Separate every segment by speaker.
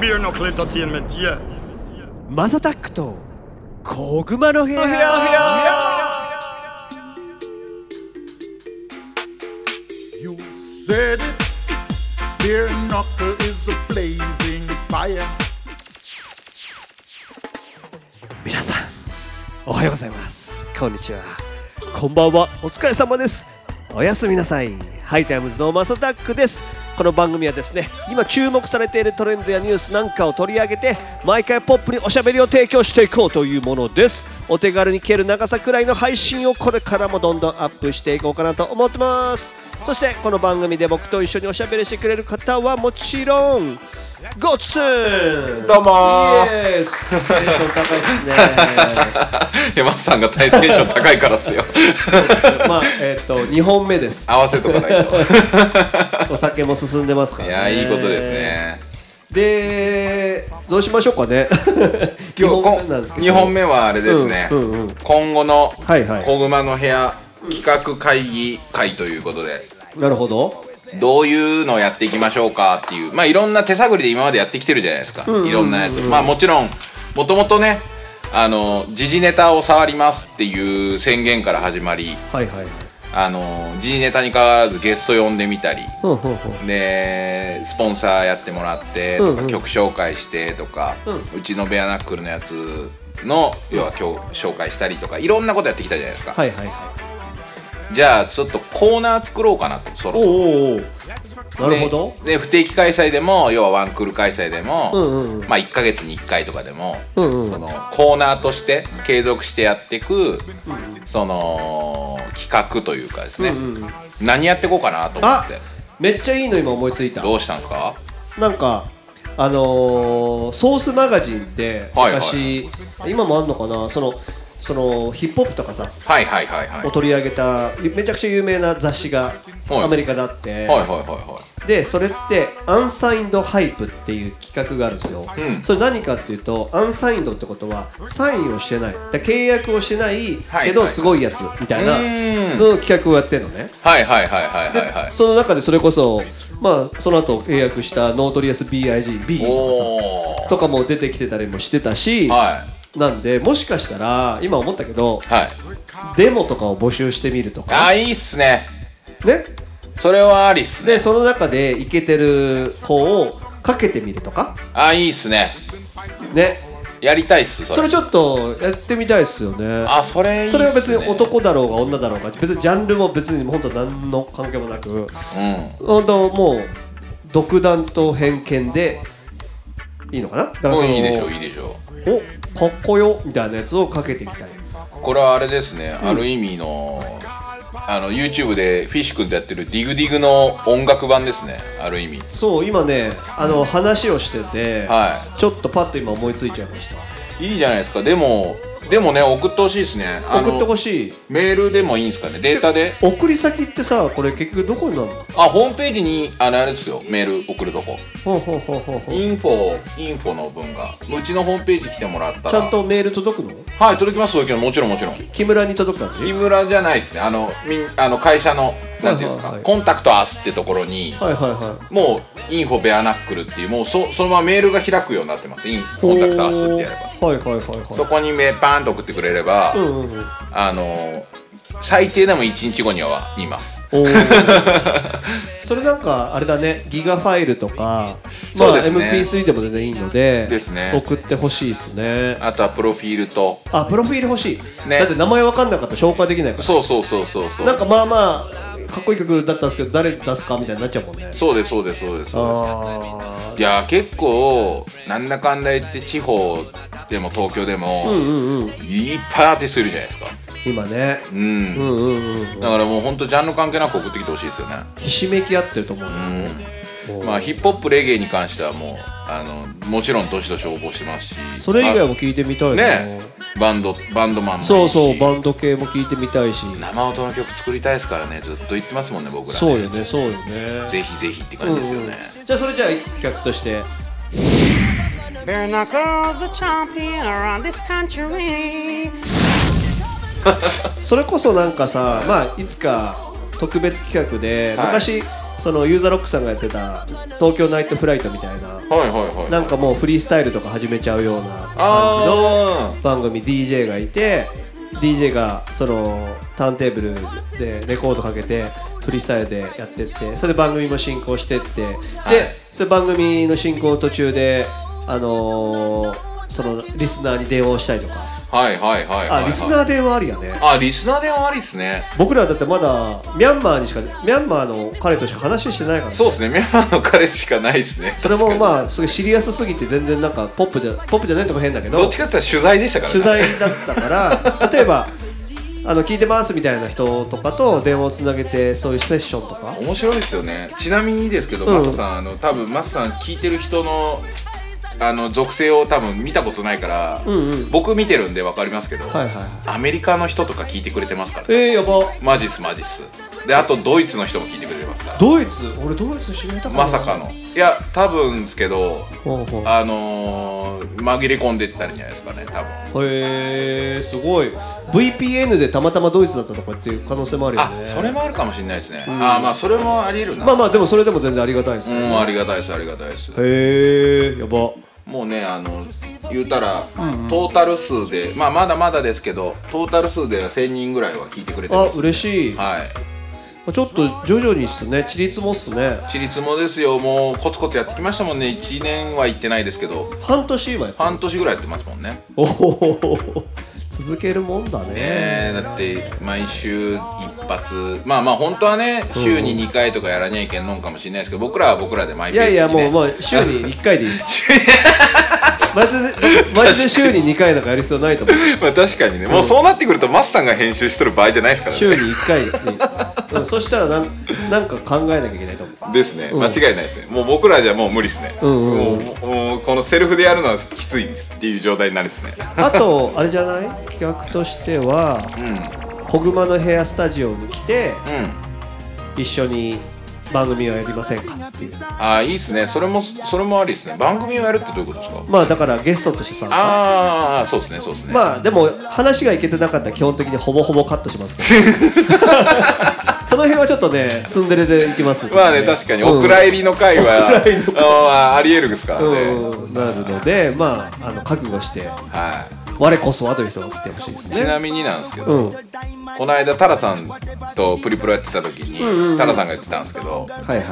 Speaker 1: ビールのクレンタティエンメンティエ
Speaker 2: マサタックと小熊の部屋皆さんおはようございますこんにちはこんばんはお疲れ様ですおやすみなさいハイタイムズのマサタックですこの番組はですね今注目されているトレンドやニュースなんかを取り上げて毎回ポップにおしゃべりを提供していこうというものですお手軽に聞ける長さくらいの配信をこれからもどんどんアップしていこうかなと思ってますそしてこの番組で僕と一緒におしゃべりしてくれる方はもちろんゴッツン
Speaker 3: どうもー
Speaker 2: イエステンション高いです ね
Speaker 3: 山さんが大テンション高いからで すよ
Speaker 2: まあえっ、と2本目です
Speaker 3: 合わせとかないと
Speaker 2: お酒も進んでますか
Speaker 3: い
Speaker 2: らね
Speaker 3: やーいいことで すね
Speaker 2: でどうしましょうかね
Speaker 3: 今日
Speaker 2: 2本目なんですけど
Speaker 3: 2本目はあれですね、
Speaker 2: うんうんうん
Speaker 3: 今後の
Speaker 2: はいはい
Speaker 3: 小熊の部屋企画会議会ということで
Speaker 2: なるほど
Speaker 3: どういうのをやっていきましょうかっていうまあいろんな手探りで今までやってきてるじゃないですか、いろんなやつまあもちろんもともとねあの時事ネタを触りますっていう宣言から始まり
Speaker 2: はいはいはい
Speaker 3: あの時事ネタに関わらずゲスト呼んでみたり
Speaker 2: ほうほうほう
Speaker 3: でスポンサーやってもらってとか、
Speaker 2: うんうん
Speaker 3: 曲紹介してとか、うちのベアナックルのやつの要は今日紹介したりとかいろんなことやってきたじゃないですか、
Speaker 2: はいはいはい
Speaker 3: じゃあちょっとコーナー作ろうかなとそろ
Speaker 2: お
Speaker 3: そろ
Speaker 2: うおうおうなるほど
Speaker 3: でで不定期開催でも要はワンクール開催でも、
Speaker 2: んうん
Speaker 3: まあ1か月に1回とかでも、
Speaker 2: うんうん
Speaker 3: そのコーナーとして継続してやっていく、その企画というかですね、何やっていこうかなと思
Speaker 2: あ
Speaker 3: って
Speaker 2: めっちゃいいの今思いついた
Speaker 3: どうしたんですか
Speaker 2: なんかあのーソースマガジンって
Speaker 3: はいはい
Speaker 2: 昔、今もあんのかなそのそのヒップホップとかさ
Speaker 3: はいはいはいはい
Speaker 2: を取り上げためちゃくちゃ有名な雑誌が
Speaker 3: はい
Speaker 2: アメリカであって、
Speaker 3: はいはいはいはい
Speaker 2: でそれってアンサインドハイプっていう企画があるんですよ、
Speaker 3: うん
Speaker 2: それ何かっていうとアンサインドってことはサインをしてないだから契約をしてない
Speaker 3: はい
Speaker 2: けどすごいやつみたいな
Speaker 3: うーん
Speaker 2: の企画をやってんのね
Speaker 3: はいはいはいはいはいはい
Speaker 2: その中でそれこそまあその後契約したノートリアス BIGB とかさ
Speaker 3: お
Speaker 2: とかも出てきてたりもしてたし、
Speaker 3: ーは
Speaker 2: なんでもしかしたら今思ったけど
Speaker 3: いはい
Speaker 2: デモとかを募集してみるとか
Speaker 3: あーいいっすね
Speaker 2: ね
Speaker 3: それはありっすね
Speaker 2: でその中でイケてる子をかけてみるとか
Speaker 3: あーいいっすね
Speaker 2: ね
Speaker 3: やりたいっすそれ
Speaker 2: それちょっとやってみたいですよね
Speaker 3: あそれいいっす
Speaker 2: そ
Speaker 3: ね
Speaker 2: れは別に男だろうが女だろうが別にジャンルも別に本当何の関係もなく
Speaker 3: うん
Speaker 2: 本当もう独断と偏見でいいのかなだから
Speaker 3: も
Speaker 2: そうの
Speaker 3: いいでしょういいでしょ
Speaker 2: おかっこよみたいなやつをかけていきたいう
Speaker 3: これはあれですね、ある意味のあの YouTube でフィッシュ君とやってるディグディグの音楽版ですねある意味
Speaker 2: そう今ねあの話をしてて、
Speaker 3: は
Speaker 2: ちょっとパッと今思いついちゃいました
Speaker 3: いいじゃないですかでもでもね送ってほしいですねあの
Speaker 2: 送ってほしい
Speaker 3: メールでもいいんですかねデータで
Speaker 2: 送り先ってさこれ結局どこになるの
Speaker 3: あホームページにあのあれですよメール送るとこ
Speaker 2: ほうほうほうほうほう
Speaker 3: インフォ、インフォの分が、うちのホームページ来てもらったら。
Speaker 2: ちゃん。とメール届くの
Speaker 3: はい、届きます、届きます。もちろん、もちろん。
Speaker 2: 木村に届くからね
Speaker 3: 木村じゃないですね。あの、みん、あの、会社の、なんていうんで
Speaker 2: はい
Speaker 3: すか、
Speaker 2: はいはい
Speaker 3: コンタクトアスってところに、
Speaker 2: はいはいはい
Speaker 3: もう、インフォベアナックルっていう、もうそ、そのままメールが開くようになってます。イン、コンタクトアスってやれば。
Speaker 2: ばはいはいはい
Speaker 3: そ
Speaker 2: は
Speaker 3: こにメパーンと送ってくれれば、
Speaker 2: いうんうん うん
Speaker 3: あの、最低でも1日後には見ます。
Speaker 2: おーそれなんかあれだねギガファイルとか、ま
Speaker 3: そう
Speaker 2: あ
Speaker 3: ですね
Speaker 2: MP3 でも全然いいので
Speaker 3: ですね
Speaker 2: 送ってほしいですね
Speaker 3: あとは、プロフィールと、
Speaker 2: あプロフィール欲しい、
Speaker 3: ね
Speaker 2: だって名前わかんなかったら紹介できないか
Speaker 3: そうそうそうそうそ
Speaker 2: ら
Speaker 3: う。
Speaker 2: なんかまあまあかっこいい曲だったんですけど誰出すかみたいになっちゃうもんね
Speaker 3: そうです、そうです、そうです、そうです。
Speaker 2: あ
Speaker 3: いやー結構なんだかんだ言って地方でも東京でも、
Speaker 2: ーうんうん
Speaker 3: いっぱいアーティストいるじゃないですか
Speaker 2: 今ね
Speaker 3: うん、
Speaker 2: うんうんうん
Speaker 3: だからもうほんとジャンル関係なく送ってきてほしいですよね
Speaker 2: ひしめき合ってると思う、
Speaker 3: うんまあヒップホップレゲエに関してはもうあのもちろんどしどし応募してますし
Speaker 2: それ以外
Speaker 3: も
Speaker 2: も聞いてみたいな、
Speaker 3: ねバンドバンドマンもいいし
Speaker 2: そうそうバンド系も聞いてみたいし
Speaker 3: 生音の曲作りたいですからねずっと言ってますもんね僕らね
Speaker 2: そうよねそうよね
Speaker 3: ぜひぜひって感じですよね、
Speaker 2: じゃあそれじゃあ一個企画として
Speaker 4: Bare knuckles, the champion around this country.
Speaker 2: それこそなんかさまあいつか特別企画で、
Speaker 3: はい
Speaker 2: 昔そのユーザーロックさんがやってた東京ナイトフライトみたいな
Speaker 3: はいはいはい
Speaker 2: なんかもうフリースタイルとか始めちゃうような感じの
Speaker 3: あ
Speaker 2: 番組 DJ がいて DJ がそのターンテーブルでレコードかけてフリースタイルでやってってそれで番組も進行してって、
Speaker 3: はい
Speaker 2: でそれ番組の進行の途中であのーそのリスナーに電話をしたりとか、
Speaker 3: あはいはいはいはいはい
Speaker 2: あリスナー電話ありやね
Speaker 3: あリスナー電話ありっすね
Speaker 2: 僕らだってまだミャンマーにしかミャンマーの彼としか話してないからね、
Speaker 3: そうですねミャンマーの彼しかないですね
Speaker 2: それも
Speaker 3: あ
Speaker 2: まあすごいシリアスすぎて全然なんかポップじゃポップじゃないとか変だけど
Speaker 3: どっちかって言ったら取材でしたからね
Speaker 2: 取材だったから 例えばあの聞いてますみたいな人とかと電話をつなげてそういうセッションとか
Speaker 3: 面白いですよねちなみにですけど、
Speaker 2: ん
Speaker 3: マサさんあの多分マサさん聞いてる人のあの属性を多分見たことないから、僕見てるんで分かりますけど、
Speaker 2: はいはいは
Speaker 3: アメリカの人とか聞いてくれてますから、
Speaker 2: えー、やば
Speaker 3: マジっすマジっすであとドイツの人も聞いてくれてますから
Speaker 2: ドイツ俺ドイツ知りたかな
Speaker 3: まさかのいや多分ですけど
Speaker 2: ほうほう
Speaker 3: あのー、紛れ込んでったりじゃないですかね多分
Speaker 2: へえー、すごい VPN でたまたまドイツだったとかっていう可能性もあるよ
Speaker 3: あ
Speaker 2: ね
Speaker 3: それもあるかもしれないですね、あまあそれもありえるな、
Speaker 2: まあまあでもそれでも全然ありがたいです
Speaker 3: う
Speaker 2: ね、
Speaker 3: んありがたいですありがたいです
Speaker 2: へえー、やば
Speaker 3: もうねあの言うたら、トータル数で、まあ、まだまだですけどトータル数では1000人ぐらいは聞いてくれて
Speaker 2: あ
Speaker 3: ます
Speaker 2: 嬉しい、
Speaker 3: はい
Speaker 2: ちょっと徐々にっすねちりつもっすね
Speaker 3: 私立もですよもうコツコツやってきましたもんね1年は行ってないですけど
Speaker 2: 半年今やった
Speaker 3: 半年ぐらいやってますもんね
Speaker 2: おお続けるもんだね
Speaker 3: えー、だって毎週一発まあまあ本当はね週に2回とかやらにゃいけんのんかもしれないですけど僕らは僕らでマイ
Speaker 2: い
Speaker 3: ペース
Speaker 2: や
Speaker 3: に、ね、
Speaker 2: いやもうもう週に1回でいいですマジでマジで週に2回なんかやる必要ないと思う
Speaker 3: まあ確かにねもうそうなってくるとマスさんが編集しとる場合じゃないですから
Speaker 2: 週
Speaker 3: ね
Speaker 2: に1回でいいです、うん、そしたらなんなんか考えなきゃいけないと思う
Speaker 3: ですね間違いないですね、もう僕らじゃもう無理ですね、
Speaker 2: んうん
Speaker 3: もうもうこのセルフでやるのはきついですっていう状態になるですね
Speaker 2: あとあれじゃない企画としては「小熊のヘアスタジオ」に来て
Speaker 3: うん
Speaker 2: 一緒に番組をやりませんかっていう
Speaker 3: ああいいですねそれもそれもありですね番組をやるってどういうことですか
Speaker 2: まあだからゲストとして参加
Speaker 3: ああそうですねそうですね、
Speaker 2: まあでも話がいけてなかったら基本的にほぼほぼカットしますけ どその辺はちょっとねツンデレでいきますんで
Speaker 3: まあね確かにお蔵入りの回 は、あーありえるですからね、
Speaker 2: うん、なるので、まあ、あの覚悟して、
Speaker 3: は
Speaker 2: 我こそはという人が来てほしいです
Speaker 3: いち
Speaker 2: ね。
Speaker 3: なみになんですけど、
Speaker 2: うん、はい
Speaker 3: この間タラさんとプリプロやってた時に、タラさんが言ってたんですけど
Speaker 2: はい。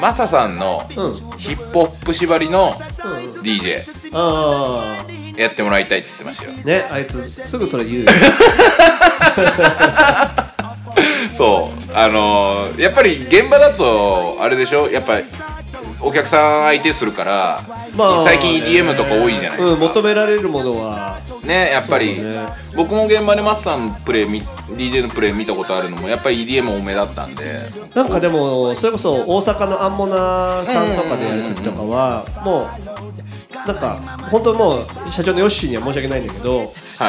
Speaker 3: マサさんの
Speaker 2: うん
Speaker 3: ヒップホップ縛りの
Speaker 2: うん
Speaker 3: DJ
Speaker 2: ああ、
Speaker 3: やってもらいたいって言ってましたよ
Speaker 2: ね、あいつすぐそれ言うよ。
Speaker 3: そうあのーやっぱり現場だとあれでしょやっぱお客さん相手するから、
Speaker 2: まあ、
Speaker 3: 最近 EDM とか多いじゃないです
Speaker 2: うん、
Speaker 3: か、
Speaker 2: 求められるものは、
Speaker 3: ねやっぱり、
Speaker 2: そうだね
Speaker 3: 僕も現場でマスさんのプレイみ DJ のプレイ見たことあるのもやっぱり EDM 多めだったんで
Speaker 2: なんかでも、それこそ大阪のアンモナさんとかでやるときとかは、もう、なんか、本当もう、社長のヨッシーには申し訳ないんだけど、
Speaker 3: は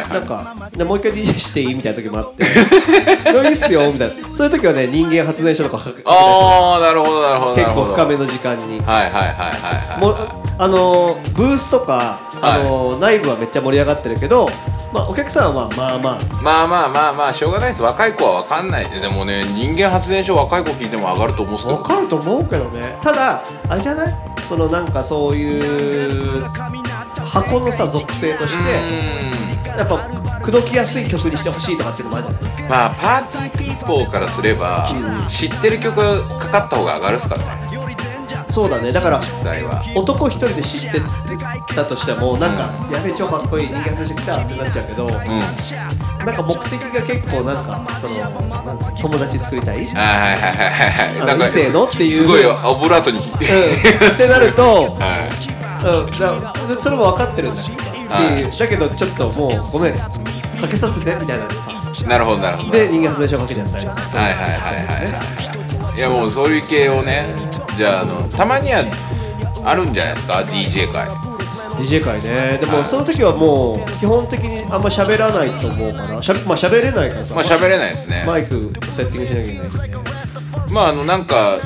Speaker 3: いはい
Speaker 2: なんか、でもう一回 DJ していいみたいな時もあ って、いやいいっすよ、みたいな。そういう時はね、人間発電所とかかけかけたりします
Speaker 3: ああなるほどなるほどな
Speaker 2: 結
Speaker 3: るほ
Speaker 2: 構
Speaker 3: ど
Speaker 2: 深めの時間に。
Speaker 3: はいはいはいはい
Speaker 2: も
Speaker 3: は
Speaker 2: うあのーブースとか、あのー内部はめっちゃ盛り上がってるけど、まあ、お客さんはまあまあ
Speaker 3: いまあまあまあまあしょうがないです若い子は分かんないでもね人間発電所若い子聞いても上がると思うんですけど
Speaker 2: 分かると思うけどねただあれじゃないそのなんかそういう箱のさ属性として
Speaker 3: う
Speaker 2: やっぱ口説きやすい曲にしてほしいとかっていうのもあるじゃない
Speaker 3: ーんまあパーティーピーポーからすれば知ってる曲かかった方が上がるっすからね
Speaker 2: そうだねだから
Speaker 3: 実際は
Speaker 2: 男一人で知ってたとしてもなんかやべえ超かっこいい人間最初来たってなっちゃうけど、
Speaker 3: うんはい
Speaker 2: なんか目的が結構なんかそのなんつうの友達作りたい
Speaker 3: はいはいはいはい
Speaker 2: あの
Speaker 3: なんか
Speaker 2: 異性のっていう
Speaker 3: すごいオブラートに、は
Speaker 2: う
Speaker 3: い
Speaker 2: んってなると、うん、だからそれも分かってるんだけどさ、
Speaker 3: はい
Speaker 2: でだけどちょっともうごめんかけさせてみたいなのさ
Speaker 3: なるほどなるほど
Speaker 2: で人間発電所かけちゃったりとかさ
Speaker 3: はいはいはいはいはいいやもうそういう系をねじゃああのたまにはあるんじゃないですか DJ 会
Speaker 2: DJ 会ねでもその時はもう基本的にあんま喋らないと思うからしゃべ,、まあ、喋れないからさ、
Speaker 3: まあ喋れないですね
Speaker 2: マイクをセッティングしなきゃいけないんで
Speaker 3: まああのなんか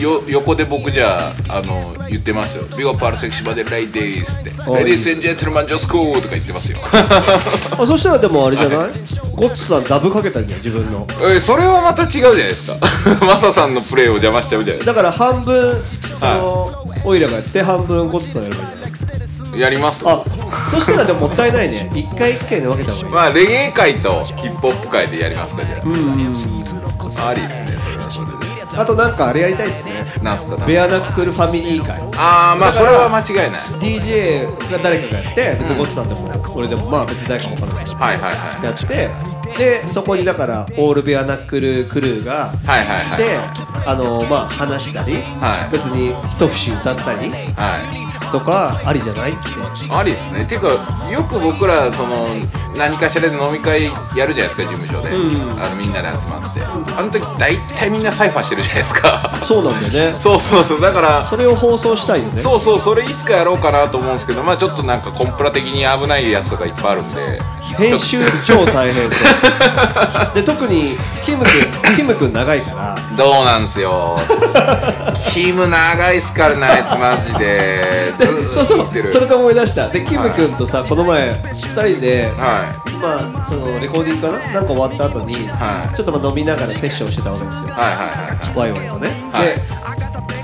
Speaker 3: よ横で僕じゃああの言ってますよ「ビゴパルセクシバデライデイス」って「レディース・エンジェントルマン・ジョスコー」とか言ってますよ
Speaker 2: あそしたらでもあれじゃない、ゴッツさんダブかけたんじゃん自分の
Speaker 3: えそれはまた違うじゃないですか マサさんのプレーを邪魔しちゃうじゃないで
Speaker 2: だから半分その、オイラがやって半分ゴッツさんやればいいんじゃない
Speaker 3: すかやります
Speaker 2: あそしたらでももったいないね一回一回で分けた方がいい
Speaker 3: まあレゲエ界とヒップホップ界でやりますかじゃあありですねそれはそれで
Speaker 2: あとなんかあれやりたいですね
Speaker 3: なんすかなんす
Speaker 2: ベ
Speaker 3: か
Speaker 2: アナックルファミリー会
Speaker 3: ああまあそれは間違いない
Speaker 2: DJ が誰かがやって別にゴッツさんでも俺でもまあ別に誰かも分からないけど
Speaker 3: はいはいはい
Speaker 2: やってでそこにだからオールベアナックルクルーが
Speaker 3: はいはい
Speaker 2: 来
Speaker 3: はい
Speaker 2: てあのまあ話したり、
Speaker 3: はい
Speaker 2: 別に一節歌ったり
Speaker 3: はい
Speaker 2: とかありじゃないって
Speaker 3: ありですねていうかよく僕らその何かしらで飲み会やるじゃないですか事務所で、あのみんなで集まってあの時大体みんなサイファーしてるじゃないで すか
Speaker 2: そうなんだよね
Speaker 3: そうそうそうだから
Speaker 2: それを放送したいよね
Speaker 3: そうそうそれいつかやろうかなと思うんですけどまあちょっとなんかコンプラ的に危ないやつとかいっぱいあるんで
Speaker 2: 編集超大変そう で特にキム君キム君長いから
Speaker 3: どうなんですよキム長いっすからねあいつマジで
Speaker 2: で
Speaker 3: ず
Speaker 2: そう
Speaker 3: ーっと
Speaker 2: そ
Speaker 3: 言って
Speaker 2: う
Speaker 3: る
Speaker 2: それと思い出したでキム君とさこの前2人で、
Speaker 3: は
Speaker 2: まあそのレコーディングかななんか終わった後に、
Speaker 3: はい
Speaker 2: ちょっとまあ飲みながらセッションしてたわけですよ
Speaker 3: いはいはいはい
Speaker 2: ワイワイとね、
Speaker 3: はい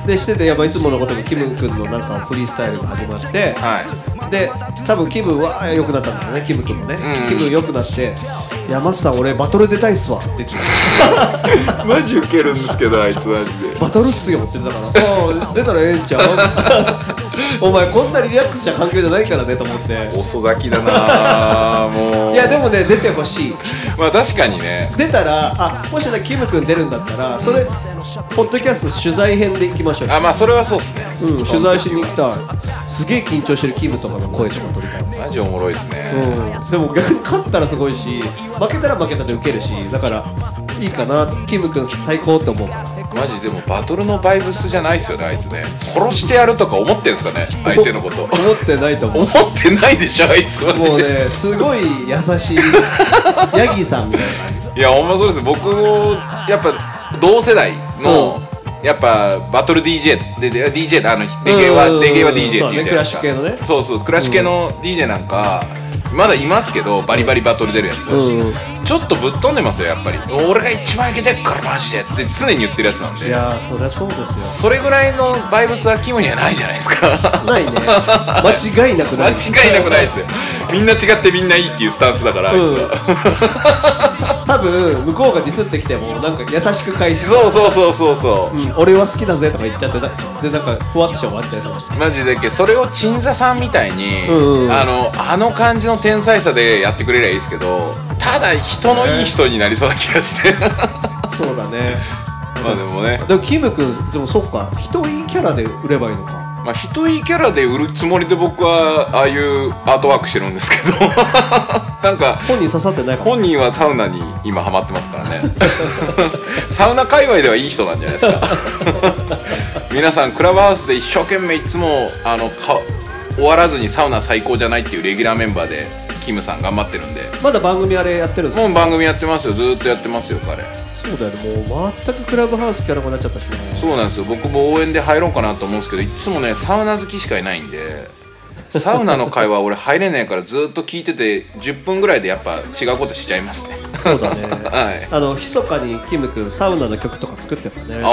Speaker 2: ででしててやっぱいつものことにキム君のなんかフリースタイルが始まって、
Speaker 3: はい
Speaker 2: で多分気分は良くなったんだろうねキム君もね、
Speaker 3: うん
Speaker 2: 気分良くなって「いやマスさん俺バトル出たいっすわ」って言って
Speaker 3: マジウケるんですけどあいつマジで
Speaker 2: 「バトルっすよ」って言ってたから 「ああ出たらええんちゃう? 」 お前こんなリラックスした環境じゃないからねと思って
Speaker 3: 遅咲きだなぁもう
Speaker 2: いやでもね出てほしい
Speaker 3: まあ確かにね
Speaker 2: 出たらあもしねキム君出るんだったらそれポッドキャスト取材編でいきましょうよ
Speaker 3: あまあそれはそうっすね
Speaker 2: うん、取材しに行きたいすげえ緊張してるキムとかの声とか撮りたい、うん、
Speaker 3: マジおもろいっすね、
Speaker 2: でも逆に勝ったらすごいし負けたら負けたでウケるしだからいいかなキム君最高って思うから
Speaker 3: マジでもバトルのバイブスじゃないっすよねあいつね殺してやるとか思ってんすかね相手のこと思
Speaker 2: 思ってないと思う
Speaker 3: ってないでしょあいつマジで
Speaker 2: もうねすごい優 しいヤギさんみたいない
Speaker 3: やほんまそうです僕もやっぱ同世代の、やっぱバトル DJ でで DJ ってあのレゲエ
Speaker 2: うんうんう
Speaker 3: は
Speaker 2: ん
Speaker 3: レゲエは DJ っていうじゃないですか
Speaker 2: そうだねクラッシュ系のね
Speaker 3: そうそうクラッシュ系の DJ なんか、まだいますけどバリバリバトル出るやつ、
Speaker 2: うんうん
Speaker 3: ちょっとぶっ飛んでますよやっぱり俺が一番いけてっからマジでって常に言ってるやつなん
Speaker 2: い
Speaker 3: で
Speaker 2: やーそりゃそうです
Speaker 3: それぐらいのバイブスはキムにはないじゃないですか
Speaker 2: よないね間違いなく
Speaker 3: 間
Speaker 2: な
Speaker 3: 違
Speaker 2: い
Speaker 3: いなくないですよみんな違ってみんないいっていうスタンスだからあいつは、
Speaker 2: 多分向こうがディスってきてもなんか優しく返しそう
Speaker 3: そうそうそうそうそう、
Speaker 2: うん俺は好きだぜとか言っちゃってなでなんかふわっとして終わっちゃいそう
Speaker 3: マジでけどそれを鎮座さんみたいに、
Speaker 2: うんうん
Speaker 3: あのあの感じの天才さでやってくれりゃいいですけどただ人のいい人になりそうな気 がして
Speaker 2: そうだね
Speaker 3: まあでもね
Speaker 2: でもキム君でもそっか人いいキャラで売ればいいのか
Speaker 3: まあ人いいキャラで売るつもりで僕はああいうアートワークしてるんで すけどなんか
Speaker 2: 本人刺さってないかも
Speaker 3: 本人はサウナに今ハマってますから ねサウナ界隈ではいい人なんじゃないですか 皆さんクラブハウスで一生懸命いつもあのか終わらずにサウナ最高じゃないっていうレギュラーメンバーでキムさん頑張ってるんで
Speaker 2: まだ番組あれやってるんですか
Speaker 3: もう番組やってますよずーっとやってますよ彼
Speaker 2: そうだよねもう全くクラブハウスキャラもなっちゃったし ね
Speaker 3: そうなんですよ僕も応援で入ろうかなと思うんですけどいつもねサウナ好きしかいないんでサウナの会話俺入れないからずーっと聞いてて10分ぐらいでやっぱ違うことしちゃいますね
Speaker 2: そうだね
Speaker 3: はい
Speaker 2: あの密かにキム君サウナの曲とか作ってたね
Speaker 3: ああ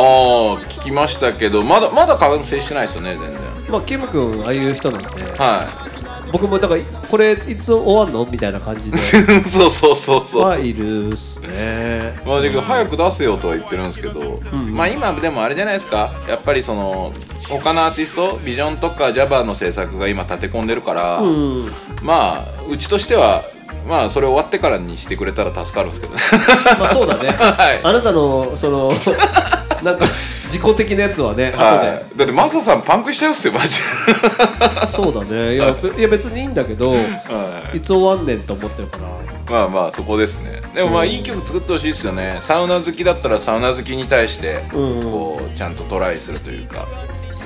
Speaker 3: 聞きましたけどまだまだ完成してないですよね全然
Speaker 2: まあキム君ああいう人なんで
Speaker 3: は
Speaker 2: 僕もだからこれいつ終わんのみたいな感じで
Speaker 3: い そうそうそうそう、
Speaker 2: はいるっすね
Speaker 3: まあ、だけど早く出せよとは言ってるんですけど、まあ今でもあれじゃないですかやっぱりその他のアーティストビジョンとか JAVA の制作が今立て込んでるから、
Speaker 2: うん
Speaker 3: まあうちとしてはまあそれ終わってからにしてくれたら助かるんですけどね
Speaker 2: まあそうだね、
Speaker 3: はい
Speaker 2: あなたのそ のなんか自己的なやつはね後で、
Speaker 3: はいだってマサさんパンクしちゃうっすよマジ
Speaker 2: そうだねいやべいや別にいいんだけど、い、つ終わんねんと思ってるから
Speaker 3: まあまあそこですねでもまあいい曲作ってほしいですよねサウナ好きだったらサウナ好きに対して
Speaker 2: うんうん
Speaker 3: こうちゃんとトライするというか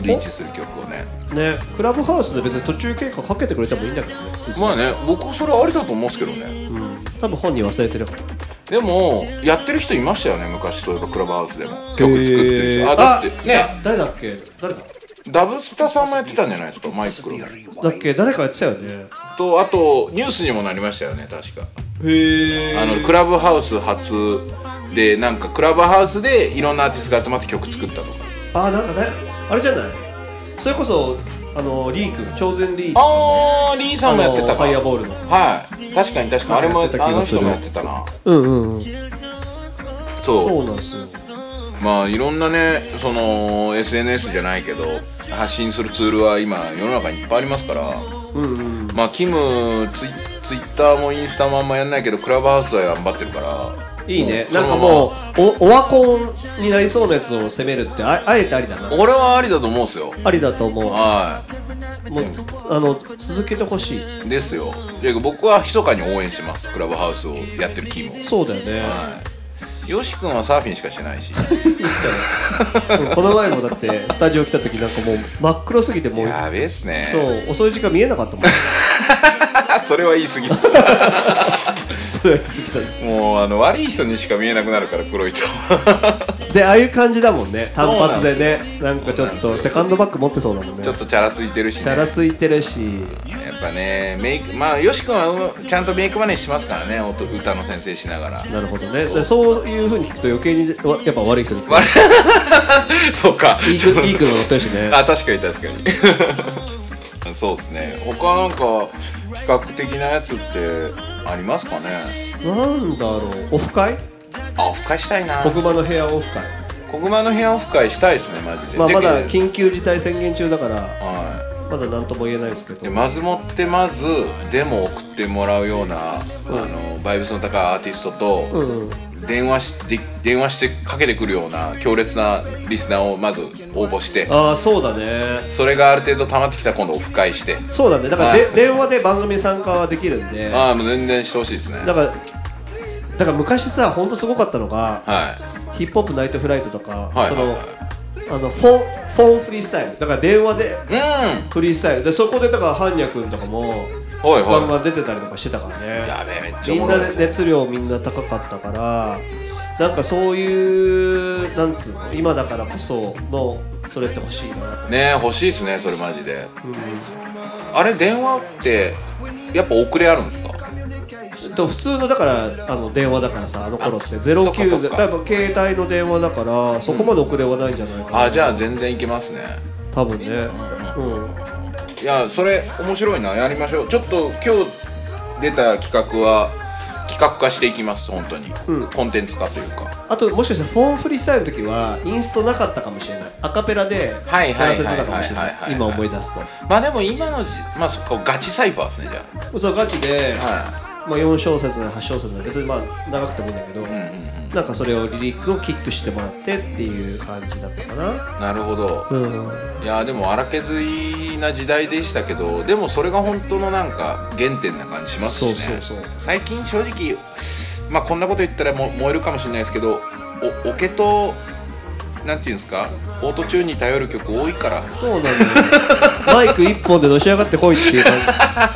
Speaker 3: リーチする曲をね
Speaker 2: ねクラブハウスで別に途中経過かけてくれてもいいんだけどね、
Speaker 3: まあね僕それありだと思うんですけどね
Speaker 2: 多分本人忘れてるから
Speaker 3: でもやってる人いましたよね昔そういえばクラブハウスでも曲作ってる
Speaker 5: へ
Speaker 3: 人
Speaker 5: ー
Speaker 3: あだってね
Speaker 2: 誰だっけ誰だ
Speaker 3: ダブスタさんもやってたんじゃないですかマイクロ
Speaker 2: だっけ誰かやってたよね
Speaker 3: とあとニュースにもなりましたよね確か
Speaker 2: へえ
Speaker 3: あのクラブハウス初でなんかクラブハウスでいろんなアーティストが集まって曲作ったとか
Speaker 2: あなんかだあれじゃないそれこそあのリー君超然リー君
Speaker 3: あーリーさんもやってた
Speaker 2: フ
Speaker 3: か
Speaker 2: ァイアボールの
Speaker 3: はい確かに確かにあれも
Speaker 2: やってた
Speaker 3: あ
Speaker 2: 気
Speaker 3: の
Speaker 2: がする
Speaker 3: 人もやってたな
Speaker 5: うんうんうん
Speaker 3: そう
Speaker 2: そうなんですよ
Speaker 3: まあいろんなねその SNS じゃないけど発信するツールは今世の中にいっぱいありますからまあキムツイツイッターもインスタもあんまやんないけどクラブハウスは頑張ってるから
Speaker 2: いいね
Speaker 3: うん
Speaker 2: なんかもうおオワコンになりそうなやつを攻めるってああえてありだな
Speaker 3: 俺はありだと思うんすよ
Speaker 2: ありだと思う
Speaker 3: は
Speaker 2: もうあの続けてほしい
Speaker 3: いですよで僕は密かに応援してますクラブハウスをやってるキムを
Speaker 2: そうだよね、
Speaker 3: よし君はサーフィンしかしてな いし
Speaker 2: うんこの前もだってスタジオ来た時なんかもう真っ黒すぎてもう
Speaker 3: やべえっすね
Speaker 2: そう遅い時間見えなかった もん
Speaker 3: あ それは言い過ぎっす
Speaker 2: それは言い過ぎたね
Speaker 3: もうあの悪い人にしか見えなくなるから黒い と
Speaker 2: でああいう感じだもんね単発でねなんかちょっ
Speaker 3: そうな
Speaker 2: と
Speaker 3: んです
Speaker 2: セ
Speaker 3: よ
Speaker 2: カンドバッグ持ってそうだもんね
Speaker 3: ちょっとチャラついてるしね
Speaker 2: チャラついてるし
Speaker 3: やっぱねメイクまあよし君はうちゃんとメイクマネしますからね音歌の先生しながら
Speaker 2: なるほどねでそういうふうに聞くと余計にわやっぱ悪い人に聞く
Speaker 3: そうか
Speaker 2: いい
Speaker 3: ちょっと
Speaker 2: 君いい君も乗ってるしね
Speaker 3: あ確かに確かに そうですね他なんか比較的なやつってありますかね
Speaker 2: なんだろうオフ会
Speaker 3: あオフ会したいな
Speaker 2: 黒馬の部屋オフ会
Speaker 3: 小熊の部屋オフ会したいですねマジで
Speaker 2: まあ
Speaker 3: で
Speaker 2: まだ緊急事態宣言中だから
Speaker 3: はい
Speaker 2: まだ何とも言えないですけ
Speaker 3: で
Speaker 2: ど
Speaker 3: まずもってまずデモを送ってもらうような、あのバイブスの高いアーティストと、電話しで電話してかけてくるような強烈なリスナーをまず応募して
Speaker 2: ああそうだね
Speaker 3: それがある程度溜まってきたら今度オフ会して
Speaker 2: そうだねだから
Speaker 3: はい
Speaker 2: で電話で番組参加はできるんで
Speaker 3: ああもう全然してほしいですね
Speaker 2: だからだから昔さ本当すごかったのが、
Speaker 3: はい
Speaker 2: ヒップホップナイトフライトとか、
Speaker 3: はい
Speaker 2: そ
Speaker 3: はい
Speaker 2: の
Speaker 3: はい
Speaker 2: あのフォンフォンフリースタイルだから電話で
Speaker 3: うん
Speaker 2: フリースタイルでそこでだから般若君とかも
Speaker 3: はい
Speaker 2: ガンガ
Speaker 3: は
Speaker 2: ン出てたりとかしてたから
Speaker 3: いや
Speaker 2: ね
Speaker 3: べえめっちゃ
Speaker 2: み
Speaker 3: おも
Speaker 2: ん
Speaker 3: ろ
Speaker 2: ないね熱量みんな高かったからなんかそういうなんつうの今だからこそのそれって欲しいな
Speaker 3: ね欲しいですねそれマジで、あれ電話ってやっぱ遅れあるんですか
Speaker 2: と普通のだからあの電話だからさあの頃って
Speaker 3: っかそっ
Speaker 2: 090
Speaker 3: か
Speaker 2: だから携帯の電話だからそこまで遅れはないんじゃないかな、
Speaker 3: あじゃあ全然いけますね
Speaker 2: 多分ねうん
Speaker 3: いやそれ面白いなやりましょうちょっと今日出た企画は企画化していきます本当に、コンテンツ化というか
Speaker 2: あともしかしたらフォンフリースタイルの時はインストなかったかもしれないアカペラで
Speaker 3: は
Speaker 2: や
Speaker 3: いはい
Speaker 2: らせて
Speaker 3: はいはい
Speaker 2: たかもしれない
Speaker 3: はいはいはい
Speaker 2: 今思い出すと
Speaker 3: まあでも今のじまあそこガチサイファーですねじゃ
Speaker 2: そうガチで、
Speaker 3: あは
Speaker 2: まあ、4小節なり8小節なり別にまあ長くてもいいんだけど、なんかそれをリリックをキックしてもらってっていう感じだったかない
Speaker 3: なるほど、
Speaker 2: うん
Speaker 3: いやでも荒削りな時代でしたけどでもそれが本当のなんか原点な感じしますしね
Speaker 2: そうそうそう
Speaker 3: 最近正直まあこんなこと言ったらも燃えるかもしれないですけどおオケとなんていうんですかオートチューンに頼る曲多いから
Speaker 2: そうなんだよマイク1本でのし上がってこいっていう感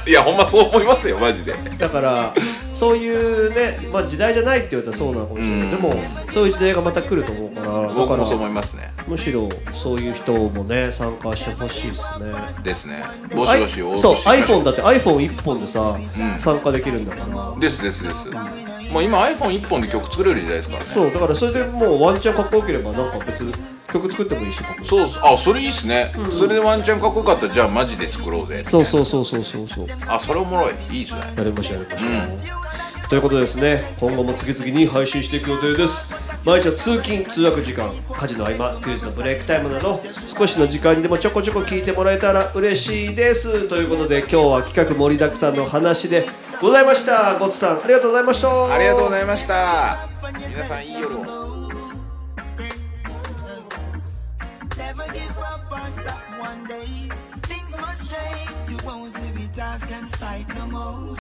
Speaker 2: じ
Speaker 3: いやほんまそう思いますよマジで
Speaker 2: だからそういうね、まあ、時代じゃないって言われたらそうなのかもしれない、でもそういう時代がまた来ると思うからだ
Speaker 3: 僕
Speaker 2: か
Speaker 3: もそう
Speaker 2: ら
Speaker 3: 思いますね
Speaker 2: むしろそういう人もね参加してほしいですね
Speaker 3: ですねぼしぼし応募
Speaker 2: そう
Speaker 3: していきましょ
Speaker 2: iPhone だって iPhone1 本でさ、参加できるんだから
Speaker 3: ですですですもう今 iPhone1 本で曲作れる時代ですからね
Speaker 2: そうだからそれでもうワンチャンかっこよければなんか別に曲作ってもいいし僕
Speaker 3: そうそうあそれいいっすね、それでワンチャンかっこよかったらじゃあマジで作ろうぜ
Speaker 2: そうそうそうそうそうそうや
Speaker 3: あそれおもろいいいっすね
Speaker 2: りましょうやりましょう、ということでですね今後も次々に配信していく予定です毎日は通勤通学時間家事の合間休日のブレイクタイムなど少しの時間にでもちょこちょこ聞いてもらえたら嬉しいですということで今日は企画盛りだくさんの話でございましたごつさんありがとうございました
Speaker 3: ありがとうございました皆さんいい夜を
Speaker 6: Never give up or stop one day. Things must change. You won't see me task and fight no more.